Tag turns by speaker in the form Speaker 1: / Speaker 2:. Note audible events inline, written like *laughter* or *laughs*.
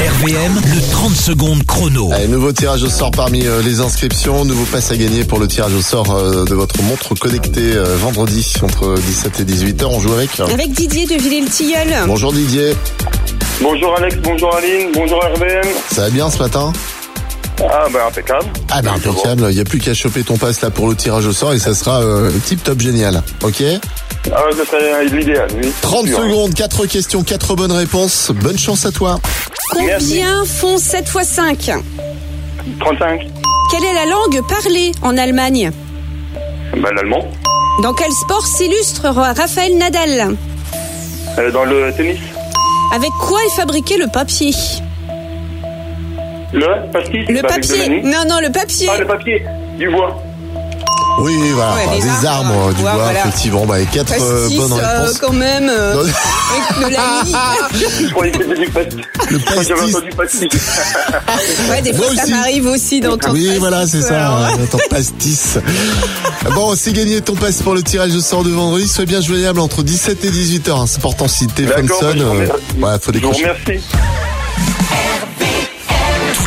Speaker 1: RVM, le 30 secondes chrono.
Speaker 2: Allez, nouveau tirage au sort parmi euh, les inscriptions, nouveau passe à gagner pour le tirage au sort euh, de votre montre connectée euh, vendredi entre 17 et 18h. On joue avec. euh,
Speaker 3: Avec Didier de Villers-le-Tilleul.
Speaker 2: Bonjour Didier,
Speaker 4: Bonjour Alex, bonjour Aline, bonjour RBM.
Speaker 2: ça va bien ce matin
Speaker 4: Ah bah impeccable.
Speaker 2: Ah ben impeccable, il n'y a plus qu'à choper ton passe là pour le tirage au sort et ça sera euh, tip top génial. Ok
Speaker 4: Ah ouais, ça serait l'idéal, oui.
Speaker 2: 30
Speaker 4: Sûr.
Speaker 2: secondes, 4 questions, 4 bonnes réponses. Bonne chance à toi.
Speaker 3: Combien font 7 fois 5
Speaker 4: 35.
Speaker 3: Quelle est la langue parlée en Allemagne
Speaker 4: Bah l'allemand.
Speaker 3: Dans quel sport s'illustre Raphaël Nadal
Speaker 4: Euh, dans le tennis.
Speaker 3: Avec quoi est fabriqué le papier
Speaker 4: Le pastis.
Speaker 3: Le
Speaker 4: bah, avec de
Speaker 3: papier
Speaker 4: la nuit.
Speaker 3: Non, non, le papier
Speaker 4: Ah le papier. Du bois.
Speaker 2: Oui, voilà,
Speaker 3: Ouais,
Speaker 2: enfin,
Speaker 3: des
Speaker 2: des
Speaker 3: arbres,
Speaker 2: armes, euh, du
Speaker 3: ouais,
Speaker 2: bois,
Speaker 3: voilà.
Speaker 2: effectivement. Bah, 4
Speaker 3: Pastis,
Speaker 2: bonnes
Speaker 3: euh,
Speaker 2: réponses.
Speaker 3: quand même. euh,
Speaker 2: Non.
Speaker 3: avec
Speaker 2: *laughs*
Speaker 3: de la nuit.
Speaker 4: Je croyais que c'était du pastis.
Speaker 2: Le
Speaker 4: Moi, J'avais
Speaker 2: pastis.
Speaker 4: entendu pastis.
Speaker 3: Ouais, des fois
Speaker 2: Moi
Speaker 3: ça
Speaker 2: aussi.
Speaker 3: m'arrive aussi d'entendre.
Speaker 2: Oui,
Speaker 3: pastis,
Speaker 2: voilà, c'est
Speaker 3: alors,
Speaker 2: ça,
Speaker 3: ouais.
Speaker 2: euh, ton pastis. bon, c'est gagné ton passe pour le tirage au sort de vendredi. Sois bien joignable entre 17 et 18 h C'est important si le téléphone
Speaker 4: D'accord, bah,
Speaker 2: sonne.
Speaker 4: je vous
Speaker 2: euh,
Speaker 4: remercie.
Speaker 2: voilà, faut
Speaker 4: Je vous
Speaker 2: décrocher.
Speaker 4: remercie.
Speaker 1: Tous